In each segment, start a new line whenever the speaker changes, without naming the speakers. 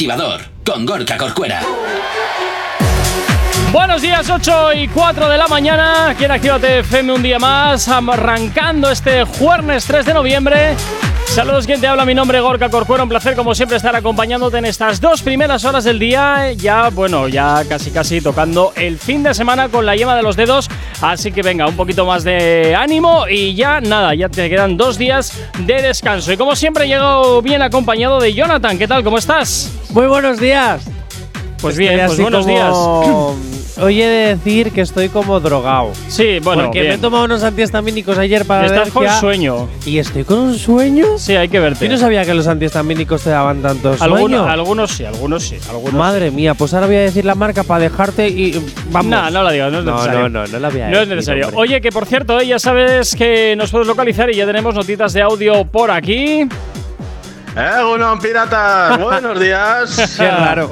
activador con Gorka Corcuera.
Buenos días, 8 y 4 de la mañana. Aquí en Actívate FM un día más, arrancando este jueves 3 de noviembre. Saludos, quien te habla, mi nombre es Gorka Corcuero, un placer como siempre estar acompañándote en estas dos primeras horas del día, ya bueno, ya casi casi tocando el fin de semana con la yema de los dedos, así que venga, un poquito más de ánimo y ya nada, ya te quedan dos días de descanso. Y como siempre, llego bien acompañado de Jonathan, ¿qué tal? ¿Cómo estás?
Muy buenos días.
Pues bien,
Estoy
pues
así
buenos
como- Hoy he de decir que estoy como drogado.
días. Sí, bueno,
porque
bien.
me he tomado unos antihistamínicos ayer para la
Estás con
alergia
sueño.
¿Y estoy con un sueño?
Sí, hay que verte.
Yo no sabía que los antihistamínicos te daban tanto sueño.
algunos, algunos sí, algunos sí, algunos
Madre mía, pues ahora voy a decir la marca para dejarte y vamos.
No, no la digas, no es necesario.
No, no, no la voy a
No es
decir,
necesario.
hombre.
Oye, que por cierto, eh, ya sabes que nos puedes localizar y ya tenemos notitas de audio por aquí.
¡Egunon, piratas! Eh, ¡Buenos días!
qué raro.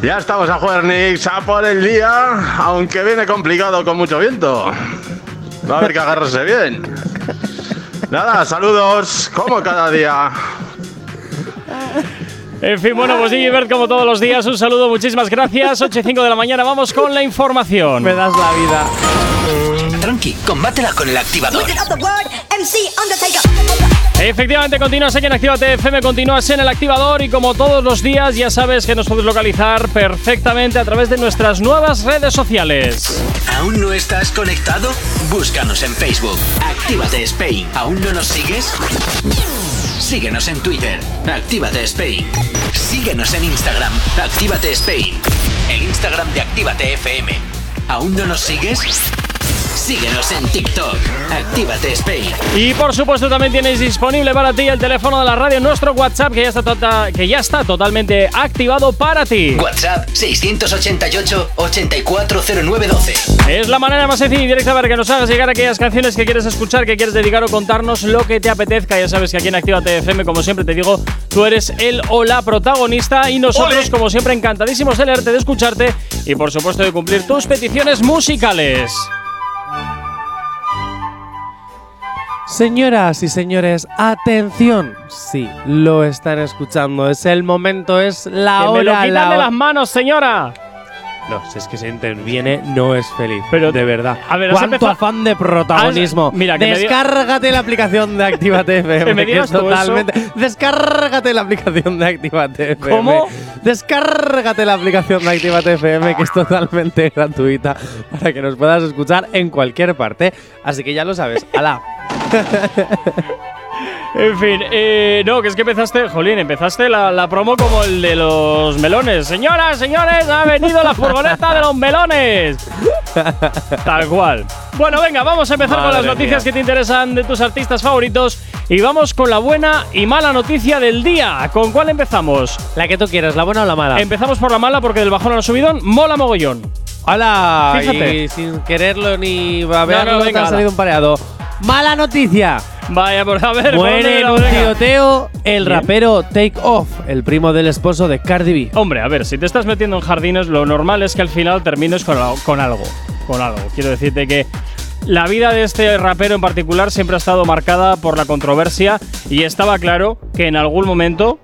ya estamos a jugar Nix, a por el día, aunque viene complicado con mucho viento. Va a haber que agarrarse bien. Nada, saludos, como cada día.
En fin, bueno, pues Digibert, como todos los días, un saludo, muchísimas gracias. 8 y 5 de la mañana, vamos con la información.
me das la vida.
Tranqui, combátela con el activador.
Wizard of the word, MC Undertaker.
Efectivamente, continúas aquí en Actívate FM, continúas en el activador y como todos los días ya sabes que nos puedes localizar perfectamente a través de nuestras nuevas redes sociales.
¿Aún no estás conectado? Búscanos en Facebook. Actívate Spain. ¿Aún no nos sigues? Síguenos en Twitter. Actívate Spain. Síguenos en Instagram. Actívate Spain. El Instagram de Actívate FM. ¿Aún no nos sigues? Síguenos en TikTok. Actívate Spain.
Y por supuesto también tienes disponible para ti el teléfono de la radio, nuestro WhatsApp que ya está, tota- que ya está totalmente activado para ti.
WhatsApp 688 840912.
Es la manera más sencilla y directa para que nos hagas llegar aquellas canciones que quieres escuchar, que quieres dedicar o contarnos lo que te apetezca. Ya sabes que aquí en Actívate FM, como siempre te digo, tú eres el o la protagonista y nosotros, como siempre, encantadísimos de leerte, de escucharte y, por supuesto, de cumplir tus peticiones musicales.
Señoras y señores, atención. Sí, lo están escuchando. Es el momento, es la
¡Que me lo
hora.
quitan
la
de
ho-
las manos, señora!
No, si es que se interviene, no es feliz.
Pero-
Pero de verdad.
A ver, has
¿Cuánto
empezado-
afán de protagonismo?
Has- mira, que me diga-
Descárgate la aplicación de Actívate FM.
Que me
que
digas
es
tú eso.
totalmente. Descárgate la aplicación de Actívate FM.
¿Cómo?
Descárgate la aplicación de Actívate FM, que es totalmente gratuita para que nos puedas escuchar en cualquier parte. Así que ya lo sabes. ¡Hala!
En fin, eh, no, que es que empezaste, Jolín, empezaste la, la promo como el de los melones. Señoras, señores, ha venido la furgoneta de los melones. Tal cual. Bueno, venga, vamos a empezar con
Madre
las noticias
mía.
que te interesan de tus artistas favoritos. Y vamos con la buena y mala noticia del día. ¿Con cuál empezamos?
La que tú quieras, la buena o la mala.
Empezamos por la mala porque del bajón al subidón mola mogollón.
¡Hala!
Fíjate.
Y sin quererlo ni haberlo,
no,
te
venga,
ha
hala.
salido un pareado. ¡Mala noticia!
Vaya, por a ver, ¿por dónde
Muere en
lo
un
venga?
tiroteo el
Bien.
rapero Take Off, el primo del esposo de Cardi B.
Hombre, a ver, si te estás metiendo en jardines, lo normal es que al final termines con, al- con algo. Con algo. Quiero decirte que la vida de este rapero en particular siempre ha estado marcada por la controversia y estaba claro que en algún momento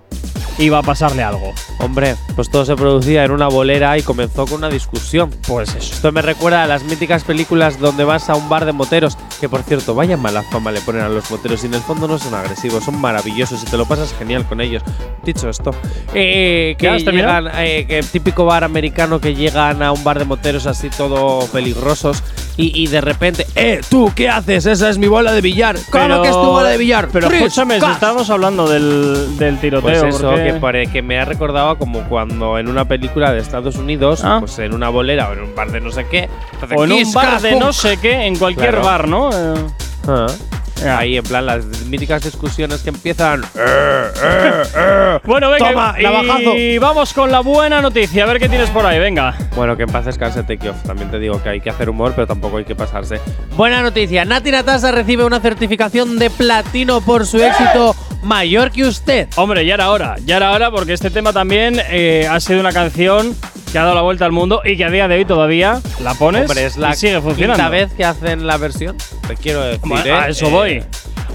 iba a pasarle algo.
Hombre, pues todo se producía en una bolera y comenzó con una discusión.
Pues eso.
Esto me recuerda a las míticas películas donde vas a un bar de moteros, que por cierto, vaya mala fama le ponen a los moteros y en el fondo no son agresivos, son maravillosos y te lo pasas genial con ellos. Dicho esto, eh,
¿Ya
que
has terminado?
llegan, eh, que típico bar americano que llegan a un bar de moteros así todo peligrosos y, y de repente, ¡eh, tú qué haces! Esa es mi bola de billar. ¿Cómo
Pero-
que es tu bola de billar?
Pero
Chris,
escúchame, si
cas".
estábamos hablando del, del tiroteo.
Pues eso,
porque-
que, pare- que me ha recordado como cuando en una película de Estados Unidos,
Ah.
pues en una bolera o en un bar de no sé qué, hacen
o en un
kiss,
bar
cas,
de
pum.
no sé qué, en cualquier
Claro.
bar, ¿no? Eh,
Ah.
Ya.
Ahí, en plan, las míticas discusiones que empiezan.
Bueno, venga,
Toma,
y
navajazo.
vamos con la buena noticia, a ver qué tienes por ahí, venga.
Bueno, que en paz descanse Take Off. También te digo que hay que hacer humor, pero tampoco hay que pasarse. Buena noticia. Nati Natasa recibe una certificación de platino por su éxito mayor que usted.
Hombre, ya era hora, ya era hora porque este tema también eh, ha sido una canción que ha dado la vuelta al mundo y que a día de hoy todavía la pones
Hombre, es la
y sigue funcionando.
quinta vez que hacen la versión. Te quiero decir.
Bueno,
eh,
a eso
eh,
voy.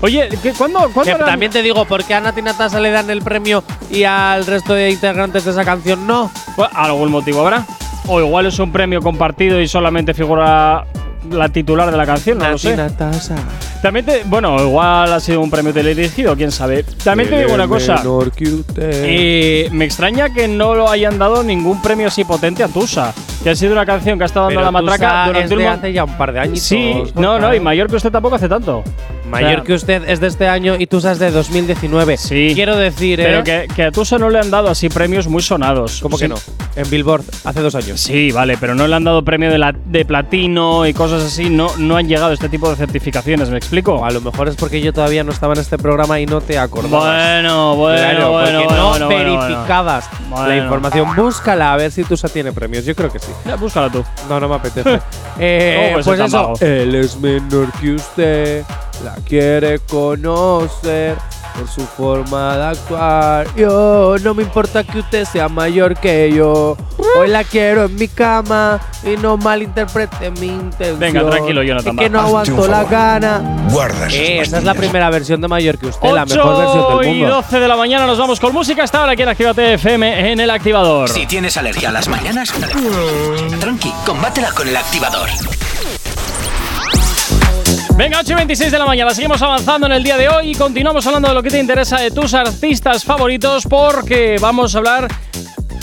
Oye, ¿qué- ¿cuándo, cuándo
Que
eran-
también te digo, ¿por qué a Nati Natasa le dan el premio y al resto de integrantes de esa canción no?
Pues, algún motivo habrá. O igual es un premio compartido y solamente figura la titular de la canción, no lo
Nati
sé.
Natasa.
También te, bueno, igual ha sido un premio teledirigido, quién sabe. También te digo una cosa.
Menor que usted.
eh, me extraña que no lo hayan dado ningún premio así potente a Tusa, que ha sido una canción que ha estado dando
Pero
la
Tusa
matraca
es
durante un
de
mon-
hace ya un par de años.
Sí, no, no, y mayor que usted tampoco hace tanto.
Mayor
O sea,
que usted es de este año y Tusa es de 2019.
Sí.
Quiero decir,
Pero
¿eh?
que, que a Tusa no le han dado así premios muy sonados.
¿Cómo que
Sí.
no? En Billboard, hace dos años.
Sí, vale, pero no le han dado premio de, la- de platino y cosas así. No, no han llegado este tipo de certificaciones, ¿me explico?
O a lo mejor es porque yo todavía no estaba en este programa y no te acordabas.
Bueno, bueno, bueno,
Claro, porque
bueno,
no
bueno, bueno, bueno.
verificabas la
Bueno.
información. Búscala a ver si Tusa tiene premios. Yo creo que sí.
Ya, Búscala tú.
No, no me apetece. Eh,
Oh, pues
pues
está
eso.
mago.
Él es menor que usted, la quiere conocer por su forma de actuar. Yo no me importa que usted sea mayor que yo. Hoy la quiero en mi cama y no malinterprete mi intención.
Venga, tranquilo, Jonathan,
Es que no
va.
aguanto la gana.
Guarda esas
Eh, esa es la
pastillas.
primera versión de mayor que usted, la mejor versión
8
del
y
mundo.
12 de la mañana nos vamos con música. Hasta ahora aquí en Actívate FM en el activador.
Si tienes alergia a las mañanas, tranqui, combátela con el activador.
Venga, 8 y 26 de la mañana. Seguimos avanzando en el día de hoy y continuamos hablando de lo que te interesa de tus artistas favoritos porque vamos a hablar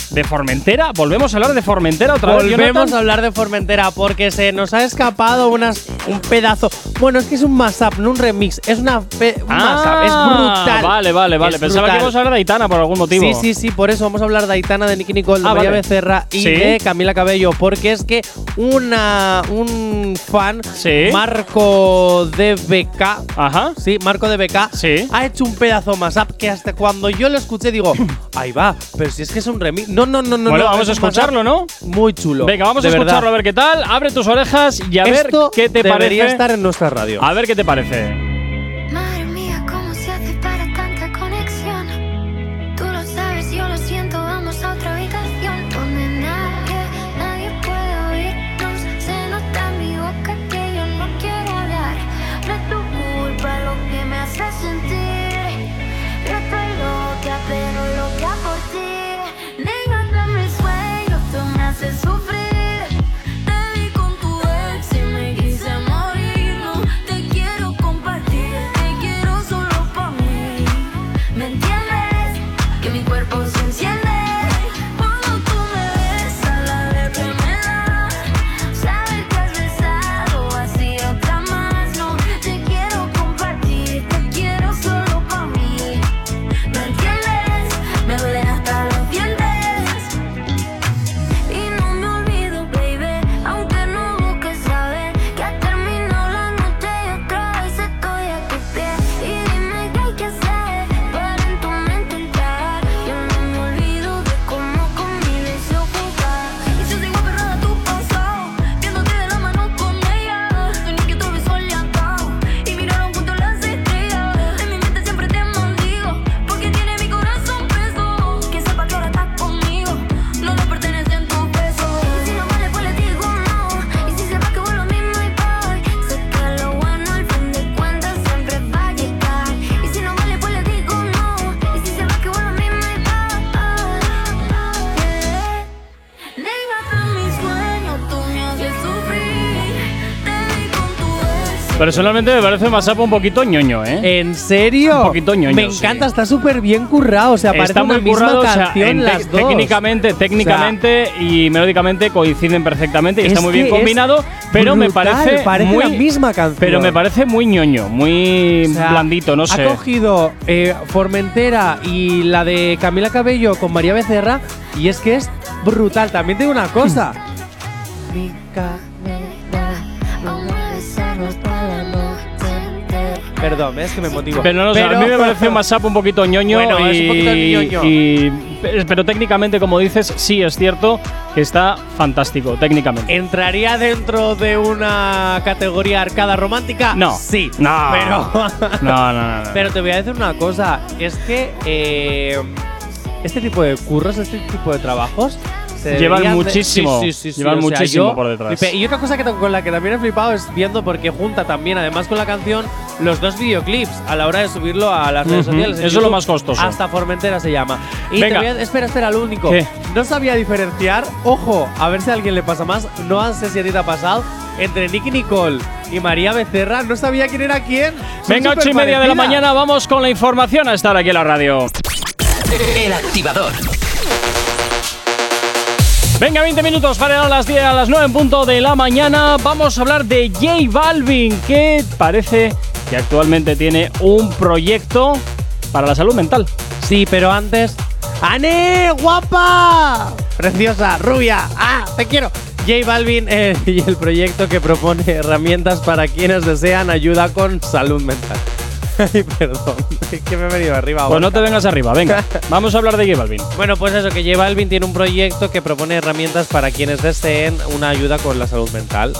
de Formentera. Volvemos a hablar de Formentera otra vez.
Volvemos
Jonathan.
a hablar de Formentera porque se nos ha escapado unas, un pedazo. Bueno, es que es un mashup, no un remix. Es una fe- un mashup, es brutal.
Ah, Vale, vale, vale.
Es
Pensaba
brutal.
que íbamos a hablar de Aitana por algún motivo.
Sí, sí, sí, por eso vamos a hablar de Aitana, de Nicky Nicole, de
Ah,
María
vale.
Becerra y
Sí.
de Camila Cabello, porque es que una un fan,
Sí.
Marco de BK,
Ajá.
sí, Marco de BK,
Sí.
ha hecho un pedazo mashup que hasta cuando yo lo escuché digo, ahí va, pero si es que es un remix. No, no, no, no.
bueno,
no,
vamos
es
a
un mashup
escucharlo, ¿no?
Muy chulo.
Venga, vamos a
de verdad.
escucharlo a ver qué tal. Abre tus orejas y a ver
Esto
qué te
debería
parece. Ah,
estar en nuestra radio.
A ver qué te parece.
Madre mía, ¿cómo se hace para tanta conexión? Tú lo sabes, yo lo siento, vamos a otra habitación donde nadie, nadie puede oírnos. Se nota en mi boca que yo no quiero hablar. No es tu culpa lo que me hace sentir. Yo estoy loca, pero loca por ti. Negando mis sueños, tú me haces sufrir. Te vi con tu ex y me quise morir. No te quiero compartir, te quiero solo para mí. ¿Me entiendes? Que mi cuerpo se enciende. Cuando tú me besas, la alegría me da. Saber que has besado así otra más. No te quiero compartir, te quiero solo para mí. ¿Me entiendes? Me duelen hasta los dientes. Y no me olvido, baby, aunque no busques saber que ha terminado la noche y otra vez estoy a tu pie. Y dime qué hay que hacer para en tu mente entrar. Yo no me olvido de cómo con mi deseo jugar. Y yo sigo aferrada a tu pasado, viéndote de la mano con ella. Soñé que todo eso le acabó y miraron juntos las estrellas. En mi mente siempre te maldigo, porque tiene mi corazón preso. Que sepa que ahora estás conmigo, no le pertenecen tus besos. Y si no vale, pues le digo no. Y si se va, que vuelvo a mi my boy. Sé que lo bueno al fin de cuentas siempre va a llegar. Y si no vale, pues le digo no. Y si se va, que vuelvo a mi my boy. Yeah. Negando mis sueños, tú me haces sufrir. Te vi con tu ex.
Personalmente me parece más un poquito ñoño, ¿eh?
¿En serio?
Un poquito ñoño,
Me
sí.
encanta, está súper bien currado. O sea, parece
Está muy
una misma
currado, o sea,
canción
en
las
tec-
dos.
técnicamente, técnicamente y melódicamente coinciden perfectamente y
Es
está muy bien
que es
combinado, pero me
brutal,
parece,
parece
muy,
la misma canción.
Pero me parece muy ñoño, muy
O sea,
blandito, no sé.
Ha cogido eh, Formentera y la de Camila Cabello con María Becerra y es que es brutal. También te digo una cosa. Mi ca-
Nena, Vamos a besarnos para la noche entera.
Perdón, es que me motivo.
Pero no lo sé, a mí me parece un WhatsApp un poquito ñoño.
Bueno,
y,
es un poquito ñoño.
y- pe- pero técnicamente, como dices, sí es cierto que está fantástico, técnicamente.
Eh, ¿Entraría dentro de una categoría arcada romántica?
No.
Sí.
No.
Pero.
No, no, no. no.
Pero te voy a decir una cosa, es que eh, este tipo de curros, este tipo de trabajos Se
Llevan
veían de-
muchísimo, llevan muchísimo por detrás.
flipé. Y otra cosa que, ta- con la que también he flipado es viendo porque junta también, además con la canción, los dos videoclips a la hora de subirlo a las redes
Ujú,
sociales.
eso
en
es lo
YouTube.
más costoso.
Hasta Formentera se llama. Y
Venga.
te voy a- espera, espera, lo único.
¿Qué?
No sabía diferenciar, ojo, a ver si a alguien le pasa más, no sé si a ti te ha pasado, entre Nicky Nicole y María Becerra, no sabía quién era quién. Son
Venga, ocho y media de la
superparecidas.
mañana, vamos con la información a estar aquí en la radio.
El activador.
Venga, 20 minutos para las 10 a las 9 en punto de la mañana. Vamos a hablar de J Balvin, que parece que actualmente tiene un proyecto para la salud mental.
Sí, pero antes. ¡Ané! ¡Guapa! Preciosa, rubia. ¡Ah! ¡Te quiero! J Balvin eh, y el proyecto que propone herramientas para quienes desean ayuda con salud mental. Ay, perdón. Es que me he venido arriba
Pues
ahora.
no te vengas arriba, venga. Vamos a hablar de J Balvin.
Bueno, pues eso, que J Balvin tiene un proyecto que propone herramientas para quienes deseen una ayuda con la salud mental.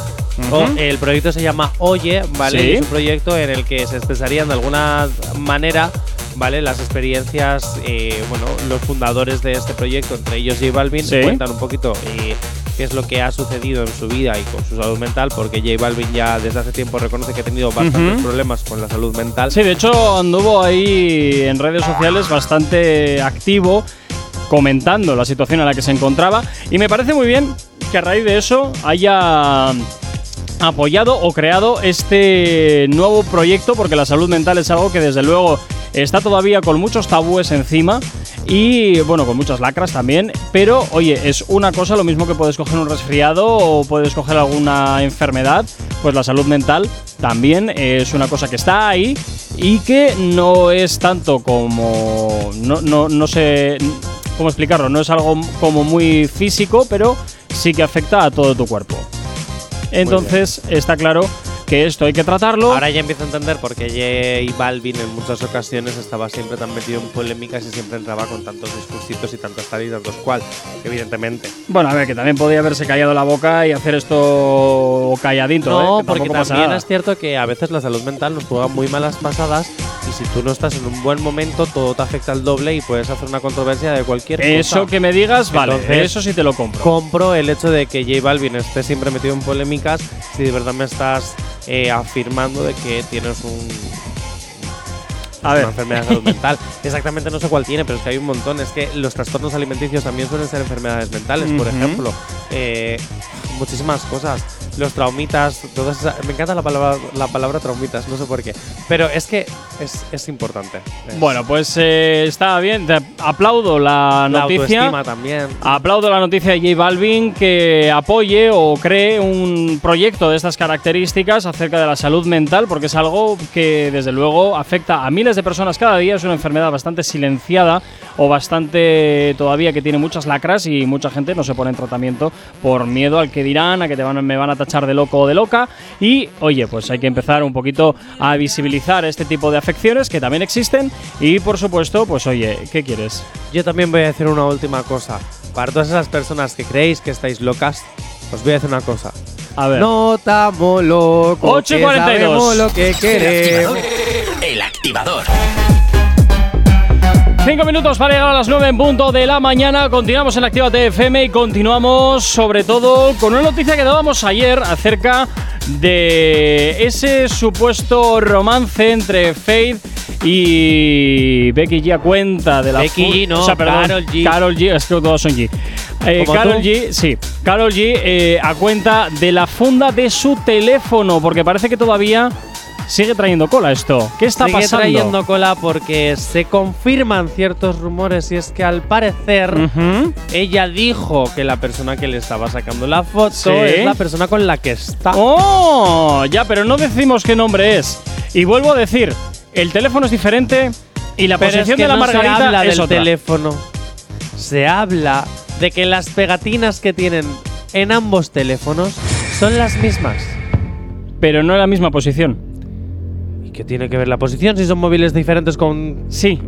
O, el proyecto se llama Oye, ¿vale?
Sí.
Es un proyecto en el que se expresarían de alguna manera, ¿vale? Las experiencias, eh, bueno, los fundadores de este proyecto, entre ellos J Balvin,
Sí.
cuentan un poquito eh, qué es lo que ha sucedido en su vida y con su salud mental, porque J Balvin ya desde hace tiempo reconoce que ha tenido bastantes
Ujú.
problemas con la salud mental.
Sí, de hecho anduvo ahí en redes sociales bastante activo comentando la situación en la que se encontraba y me parece muy bien que a raíz de eso haya apoyado o creado este nuevo proyecto porque la salud mental es algo que desde luego está todavía con muchos tabúes encima y bueno, con muchas lacras también, pero oye, es una cosa lo mismo que puedes coger un resfriado o puedes coger alguna enfermedad, pues la salud mental también es una cosa que está ahí y que no es tanto como no no no sé cómo explicarlo, no es algo como muy físico, pero sí que afecta a todo tu cuerpo. Entonces está claro que esto hay que tratarlo.
Ahora ya empiezo a entender por qué J Balvin en muchas ocasiones estaba siempre tan metido en polémicas y siempre entraba con tantos discursitos y tantas tal y tantos cual. Evidentemente.
bueno, a ver, que también podía haberse callado la boca y hacer esto calladito. ¿eh? Que tampoco pasa nada.
es cierto que a veces la salud mental nos juega muy malas pasadas y si tú no estás en un buen momento todo te afecta al doble y puedes hacer una controversia de cualquier cosa.
Eso que me digas, vale,
Entonces,
eso sí te lo compro.
compro el hecho de que J Balvin esté siempre metido en polémicas si de verdad me estás eh, afirmando de que tienes un
A ver,
una enfermedad de salud mental. Exactamente no sé cuál tiene, pero es que hay un montón. Es que los trastornos alimenticios también suelen ser enfermedades mentales, por
Ujú.
ejemplo. Eh, muchísimas cosas. Los traumitas, todas esas- Me encanta la palabra, la palabra traumitas, no sé por qué. Pero es que es, es importante. Es-
bueno, pues eh, está bien. te aplaudo la,
la
noticia.
autoestima también.
Aplaudo la noticia de J Balvin que apoye o cree un proyecto de estas características acerca de la salud mental, porque es algo que desde luego afecta a miles de personas cada día. Es una enfermedad bastante silenciada o bastante todavía que tiene muchas lacras y mucha gente no se pone en tratamiento por miedo al que dirán, a que te van, me van a tachar de loco o de loca. Y oye, pues hay que empezar un poquito a visibilizar este tipo de afecciones que también existen. Y por supuesto, pues oye, ¿qué quieres?
Yo también voy a decir una última cosa. Para todas esas personas que creéis que estáis locas, os voy a decir una cosa.
A ver.
No estamos locos.
8 y
que
42.
sabemos lo que queremos.
El activador.
Cinco minutos para llegar a las 9 en punto de la mañana. Continuamos en Activa TFM y continuamos sobre todo con una noticia que dábamos ayer acerca de ese supuesto romance entre Faith y Becky G a cuenta de la
Becky
fu-
G, no,
o sea, perdón,
Karol G.
Karol G, es que todos son G. Eh,
¿Como
Karol
tú?
G, sí. Karol G eh, a cuenta de la funda de su teléfono, porque parece que todavía sigue trayendo cola esto. ¿Qué está
Sigue
pasando?
trayendo cola porque se confirman ciertos rumores y es que al parecer
Ujú.
ella dijo que la persona que le estaba sacando la foto
Sí.
es la persona con la que está.
¡Oh! Ya, pero no decimos qué nombre es. Y vuelvo a decir, el teléfono es diferente y la
Pero
posición
es que
de la
no
margarita
se habla
es
del
otra.
teléfono. Se habla de que las pegatinas que tienen en ambos teléfonos son las mismas.
Pero no en la misma posición.
¿Y qué tiene que ver la posición si son móviles diferentes con
Sí.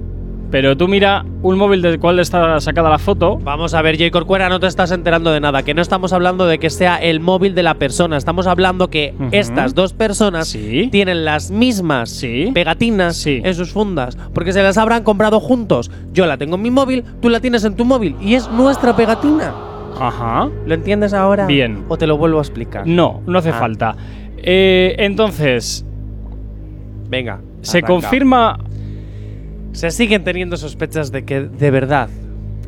Pero tú mira un móvil del cual está sacada la foto.
Vamos a ver, J. Corcuera, no te estás enterando de nada, que no estamos hablando de que sea el móvil de la persona, estamos hablando que
Ujú.
estas dos personas
Sí.
tienen las mismas
Sí.
pegatinas
Sí.
en sus fundas, porque se las habrán comprado juntos. Yo la tengo en mi móvil, tú la tienes en tu móvil, y es nuestra pegatina.
Ajá.
¿Lo entiendes ahora?
Bien.
¿O te lo vuelvo a explicar?
No, no hace
Ah.
falta. Eh, entonces,
Venga.
se
arranca.
confirma.
Se siguen teniendo sospechas de que de verdad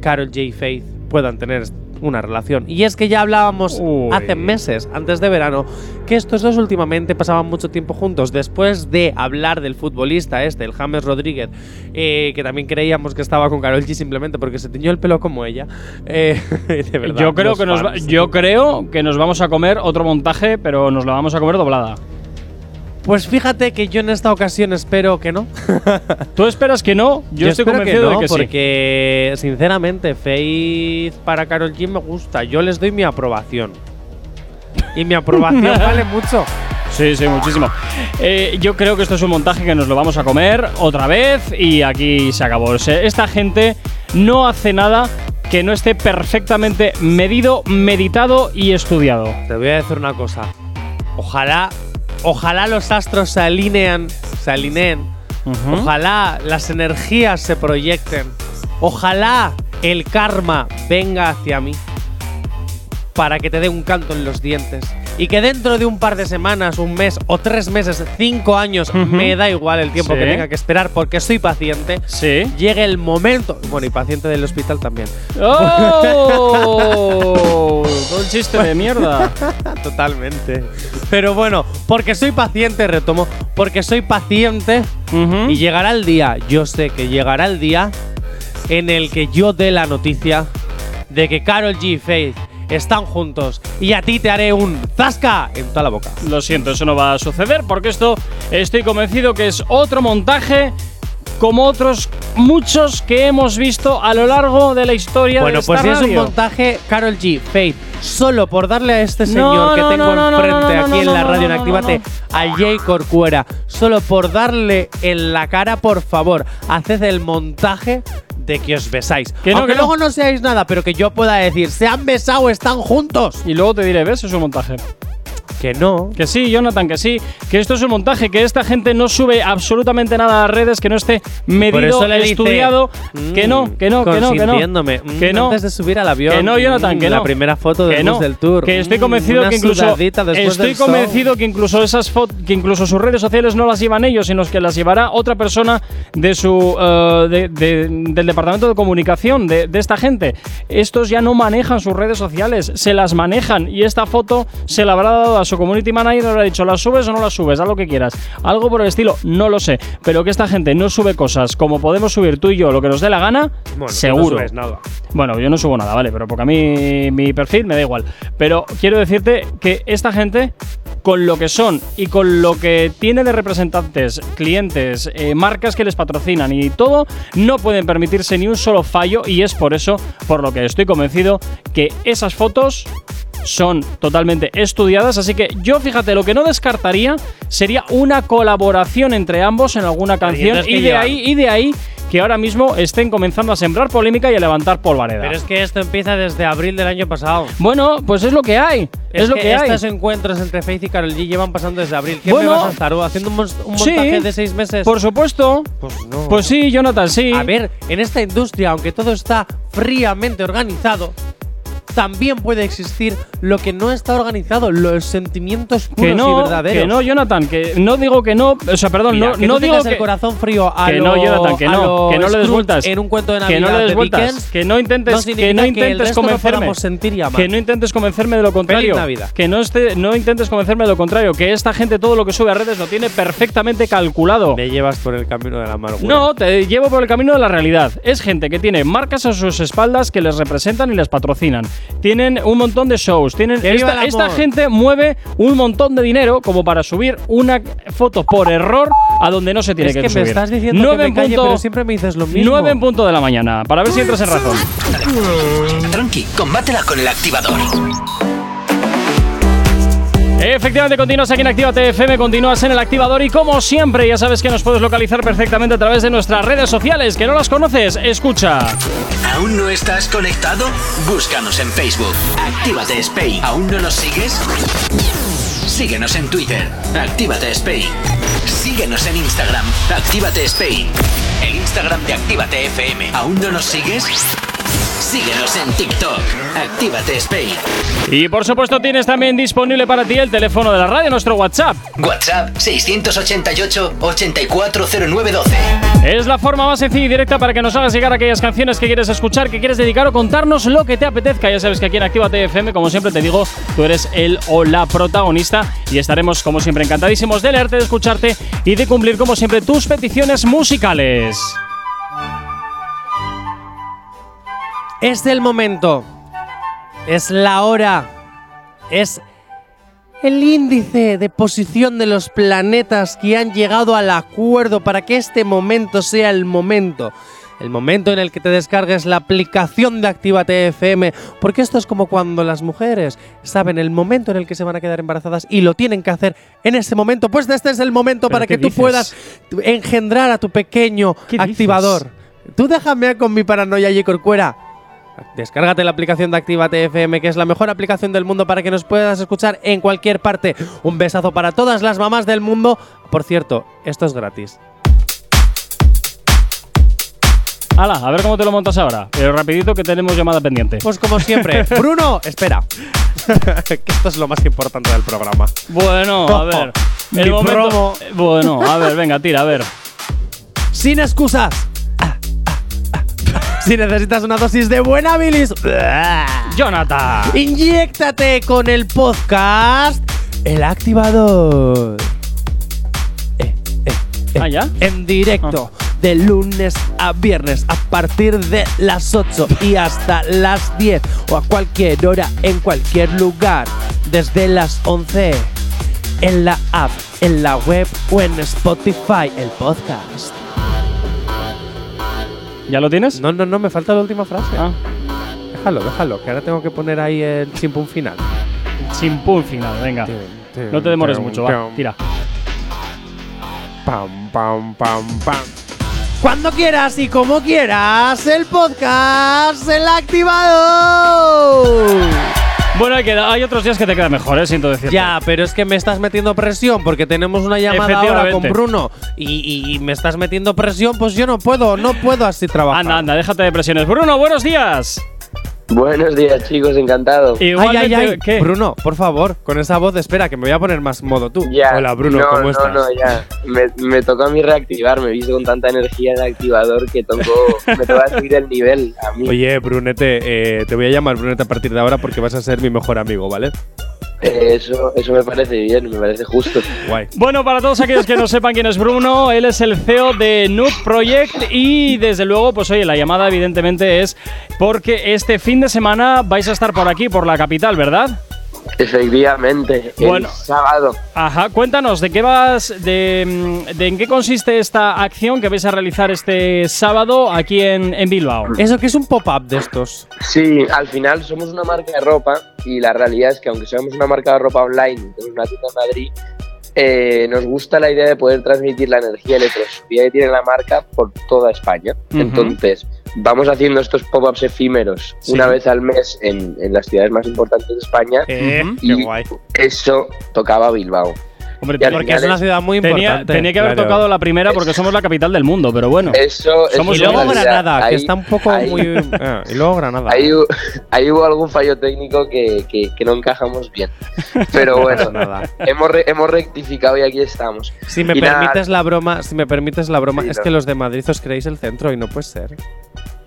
Carol J. y Faith puedan tener una relación. Y es que ya hablábamos
Uy.
hace meses, antes de verano, que estos dos últimamente pasaban mucho tiempo juntos. Después de hablar del futbolista este, el James Rodríguez, eh, que también creíamos que estaba con Carol G simplemente porque se tiñó el pelo como ella. Eh, de verdad,
yo creo
los
que nos va-
fans.
yo creo que nos vamos a comer otro montaje, pero nos la vamos a comer doblada.
Pues fíjate que yo en esta ocasión espero que no.
¿Tú esperas que no? Yo, estoy
espero
convencido
no,
de que sí.
porque sinceramente Faith para Carol G me gusta. Yo les doy mi aprobación. Y mi aprobación vale mucho.
Sí, sí, muchísimo. Eh, yo creo que esto es un montaje que nos lo vamos a comer otra vez y aquí se acabó. O sea, esta gente no hace nada que no esté perfectamente medido, meditado y estudiado.
Te voy a decir una cosa. Ojalá, ojalá los astros se alinean, se alineen.
Ujú.
Ojalá las energías se proyecten. Ojalá el karma venga hacia mí para que te dé un canto en los dientes. Y que dentro de un par de semanas, un mes o tres meses, cinco años, me da igual el tiempo que
Sí.
tenga que esperar porque soy paciente.
Sí.
Llegue el momento. Bueno, y paciente del hospital también.
¡Oh! Un chiste de mierda.
Totalmente. Pero bueno, porque soy paciente, retomo. Porque soy paciente.
Ujú.
Y llegará el día, yo sé que llegará el día en el que yo dé la noticia de que Carol G y Faith están juntos y a ti te haré un zasca en toda la boca.
Lo siento, eso no va a suceder porque esto estoy convencido que es otro montaje como otros muchos que hemos visto a lo largo de la historia de
Bueno,
esta
pues si es un
radio.
montaje, Carol G, Faith, solo por darle a este
No,
señor que
no,
tengo
no, no,
enfrente
no, no,
aquí en
no,
la
no,
radio
no,
en
no, no,
Actívate, a Jay Corcuera, solo por darle en la cara, por favor, haced el montaje de que os besáis.
Que no,
Aunque
que no.
luego no seáis nada, pero que yo pueda decir, se han besado, están juntos.
Y luego te diré, ¿ves? Es un montaje.
Que no,
Que sí, Jonathan, que sí, que esto es un montaje, que esta gente no sube absolutamente nada a redes que no esté
Por
medido,
eso le dice,
estudiado,
mm,
que no, que no, que no, que no.
consintiéndome. Mm,
Que no.
Antes de subir al avión.
Que no, Jonathan,
mm,
que no.
La primera foto del
que
bus
no,
del tour.
Que estoy
mm,
convencido
una
que incluso
sudadita después
estoy
del show.
convencido que incluso esas fotos, que incluso sus redes sociales no las llevan ellos, sino que las llevará otra persona de su eh, de- de- del departamento de comunicación de, de esta gente. Estos ya no manejan sus redes sociales, se las manejan y esta foto se la habrá dado a su community manager, le habrá dicho, ¿la subes o no la subes? Haz lo que quieras. Algo por el estilo, no lo sé, pero que esta gente no sube cosas como podemos subir tú y yo lo que nos dé la gana,
Bueno, tú no
seguro.
subes pues nada.
Bueno, yo no subo nada, vale, pero porque a mí mi perfil me da igual. Pero quiero decirte que esta gente, con lo que son y con lo que tiene de representantes, clientes, eh, marcas que les patrocinan y todo, no pueden permitirse ni un solo fallo y es por eso, por lo que estoy convencido, que esas fotos son totalmente estudiadas, así que yo fíjate, lo que no descartaría sería una colaboración entre ambos en alguna canción
tienes que
y de
llevar.
ahí y de ahí que ahora mismo estén comenzando a sembrar polémica y a levantar polvareda.
Pero es que esto empieza desde abril del año pasado.
Bueno, pues es lo que hay. Es, lo que, hay.
estos encuentros entre Faith y Carol G llevan pasando desde abril. ¿Qué
Bueno.
me vas a estar uh, haciendo un, mon- un
Sí,
montaje de seis meses?
Por supuesto.
pues no.
Pues sí, Jonathan, sí.
A ver, en esta industria, aunque todo está fríamente organizado, también puede existir lo que no está organizado, los sentimientos puros
Que
y
no,
verdaderos.
que no, Jonathan, que no digo que no, o sea, perdón,
Mira,
no,
que
no
tú
digo
tengas el
que,
corazón frío a
que no,
lo-
Jonathan, que
a
no,
lo
que no le des
Scrooge
vueltas,
en un cuento de Navidad
que no le des
de
vueltas,
Dickens,
que no intentes,
no
que
significa
no
que el
intentes
resto no
convencerme,
podamos sentir y amar.
que no intentes convencerme de lo contrario,
Navidad.
que no esté, no intentes convencerme de lo contrario, que esta gente todo lo que sube a redes lo tiene perfectamente calculado.
Me llevas por el camino de la amargura.
No, te llevo por el camino de la realidad. Es gente que tiene marcas a sus espaldas que les representan y les patrocinan. Tienen un montón de shows. Tienen
¡Que viva
esta,
el
esta
amor!
gente mueve un montón de dinero como para subir una foto por error a donde no se tiene
es que,
que, subir.
me estás diciendo
Nueve
que
en
me calle,
punto-
pero siempre me dices lo mismo.
9 en punto de la mañana, para ver si entras en razón.
Tranqui, combátela con el activador.
Efectivamente, continúas aquí en Actívate FM, continúas en el activador y como siempre, ya sabes que nos puedes localizar perfectamente a través de nuestras redes sociales, que no las conoces, escucha.
¿Aún no estás conectado? Búscanos en Facebook. Actívate Spain. ¿Aún no nos sigues? Síguenos en Twitter. Actívate Spain. Síguenos en Instagram. Actívate Spain. El Instagram de Actívate FM. ¿Aún no nos sigues? Síguenos en TikTok. Actívate Spain.
Y por supuesto tienes también disponible para ti el teléfono de la radio, nuestro WhatsApp.
WhatsApp 688 840912.
Es la forma más sencilla y directa para que nos hagas llegar aquellas canciones que quieres escuchar, que quieres dedicar o contarnos lo que te apetezca. Ya sabes que aquí en Actívate FM, como siempre te digo, tú eres el o la protagonista y estaremos, como siempre, encantadísimos de leerte, de escucharte y de cumplir, como siempre, tus peticiones musicales.
Es el momento. Es la hora. Es el índice de posición de los planetas que han llegado al acuerdo para que este momento sea el momento. El momento en el que te descargues la aplicación de Actívate FM, porque esto es como cuando las mujeres saben el momento en el que se van a quedar embarazadas y lo tienen que hacer en ese momento. Pues este es el momento
¿Pero
para
qué
que tú
dices?
puedas engendrar a tu pequeño
¿Qué dices?
activador. Tú déjame con mi paranoia y corcuera. Descárgate la aplicación de Actívate FM, que es la mejor aplicación del mundo para que nos puedas escuchar en cualquier parte. Un besazo para todas las mamás del mundo. Por cierto, esto es gratis.
Hala, a ver cómo te lo montas ahora. Pero rapidito que tenemos llamada pendiente.
Pues como siempre, Bruno, espera. que esto es lo más importante del programa.
Bueno, a ver.
Mi promo.
Bueno, a ver, venga, tira, a ver.
Sin excusas. Ah, ah, ah. Si necesitas una dosis de buena bilis,
Jonathan.
inyéctate con el podcast El Activador. Eh, eh, eh.
Ah, ¿ya?
en directo de lunes a viernes a partir de las 8 y hasta las 10 o a cualquier hora en cualquier lugar desde las 11 en la app, en la web o en Spotify el podcast.
¿Ya lo tienes?
No, no, no, me falta la última frase.
Ah,
Déjalo, déjalo, que ahora tengo que poner ahí el chimpum final.
sin pun final, venga. No te demores mucho, va. Tira.
Pam, pam, pam, pam. Cuando quieras y como quieras, el podcast, el activador.
Bueno, hay, que- hay otros días que te queda mejor, eh, siento decirte.
Ya, pero es que me estás metiendo presión porque tenemos una llamada ahora con
Efectivamente.
Bruno y, y- y me estás metiendo presión, pues yo no puedo, no puedo así trabajar.
Anda, anda, déjate de presiones. Bruno, buenos días.
Buenos días, chicos, encantado.
Ay, ay, ay.
¿qué?
Bruno, por favor, con esa voz, espera, que me voy a poner más modo tú.
Ya.
Hola, Bruno,
no,
¿cómo
no,
estás?
No, ya. Me, me tocó a mí reactivarme. Me he visto con tanta energía de activador que tocó, me toca subir el nivel a mí.
Oye, Brunete, eh, te voy a llamar Brunete a partir de ahora porque vas a ser mi mejor amigo, ¿vale?
Eh, Eso, eso me parece bien, me parece justo.
Guay.
Bueno, para todos aquellos que no sepan quién es Bruno, él es el CEO de Nude Project y desde luego, pues oye, la llamada evidentemente es porque este fin de semana vais a estar por aquí, por la capital, ¿verdad?
Efectivamente,
Bueno.
el sábado.
Ajá, cuéntanos, ¿de qué vas, de, mm, de en qué consiste esta acción que vais a realizar este sábado aquí en, en Bilbao?
Eso que es un pop-up de estos.
Sí, al final somos una marca de ropa y la realidad es que aunque seamos una marca de ropa online, tenemos una tienda en Madrid, eh, nos gusta la idea de poder transmitir la energía y la filosofía que tiene la marca por toda España.
Ujú.
Entonces, vamos haciendo estos pop-ups efímeros
Sí.
una vez al mes en, en las ciudades más importantes de España.
Eh,
Ujú.
Y eso tocaba Bilbao.
Hombre,
Y al
porque
Porque es
Genial,
una
eh.
ciudad muy importante.
tenía, tenía que haber
claro.
tocado la primera porque somos la capital del mundo, pero bueno.
Eso, eso
Somos
Y
es
luego
una realidad.
Granada, que
Ahí-
está un poco
ahí-
muy. Ah, y luego Granada.
Ahí, hu- ahí hubo algún fallo técnico que, que- que no encajamos bien. Pero bueno,
Nada.
hemos, re- hemos rectificado y aquí estamos.
Si me
Y nada.
permites la broma, si me permites la broma,
Sí,
es
no.
que los de Madrid os creéis el centro y no puede ser.